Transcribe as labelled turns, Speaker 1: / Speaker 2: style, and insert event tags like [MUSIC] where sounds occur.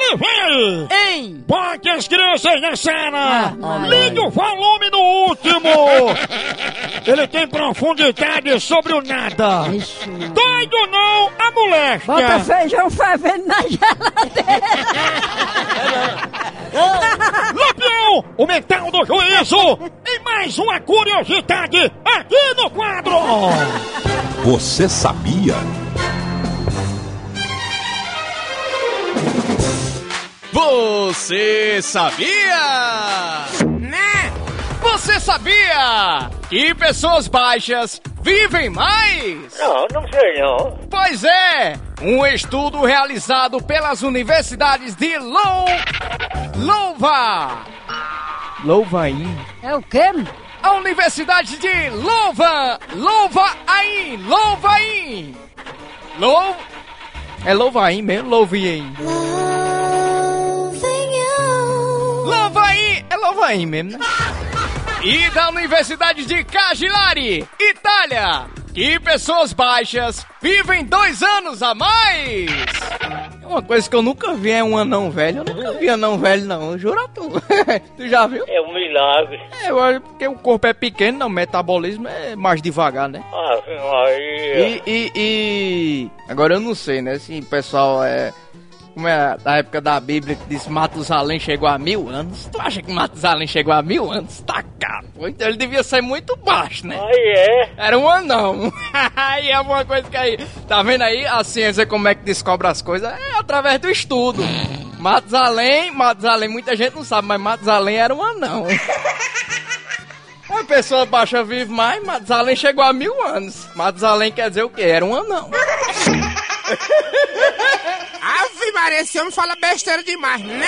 Speaker 1: que vem!
Speaker 2: Ei!
Speaker 1: Bote as crianças na sala!
Speaker 2: Ah,
Speaker 1: Ligue o volume do último!
Speaker 2: [LAUGHS]
Speaker 1: Ele tem profundidade sobre o nada!
Speaker 2: Isso.
Speaker 1: Doido não, a mulher!
Speaker 2: Bota feijão fervendo na geladeira.
Speaker 1: Lampião, o mental do juízo! E mais uma curiosidade aqui no quadro!
Speaker 3: Você sabia?
Speaker 4: Você sabia? Né? Você sabia que pessoas baixas vivem mais?
Speaker 5: Não, não sei não.
Speaker 4: Pois é, um estudo realizado pelas universidades de Lou... Louva. Louvain.
Speaker 2: É o quê?
Speaker 4: A Universidade de Louva, Louvain, Louvain. Lou... É Louvain mesmo? Louvain. Louvain, é Louvain mesmo, né? E da Universidade de Cagliari, Itália, que pessoas baixas vivem dois anos a mais. É Uma coisa que eu nunca vi é um anão velho. Eu nunca vi anão velho, não. Jura tu. [LAUGHS] tu já viu?
Speaker 5: É um milagre.
Speaker 4: É, eu acho porque o corpo é pequeno, não, o metabolismo é mais devagar, né?
Speaker 5: Ave Maria.
Speaker 4: E, e, e- Agora eu não sei, né? Se o pessoal é. Como é da época da Bíblia que diz Matusalém chegou a mil anos? Tu acha que Matusalém chegou a mil anos? Tá caro. pô. Então ele devia ser muito baixo, né?
Speaker 5: Aí é.
Speaker 4: Era um anão. [LAUGHS] Aí é uma coisa que aí. Tá vendo aí a ciência como é que descobre as coisas? É através do estudo. Matusalém, Matusalém, muita gente não sabe, mas Matusalém era um anão. [LAUGHS] A pessoa baixa vive mais, Matusalém chegou a mil anos. Matusalém quer dizer o quê? Era um anão.
Speaker 6: Ave Maria, esse homem fala besteira demais, né?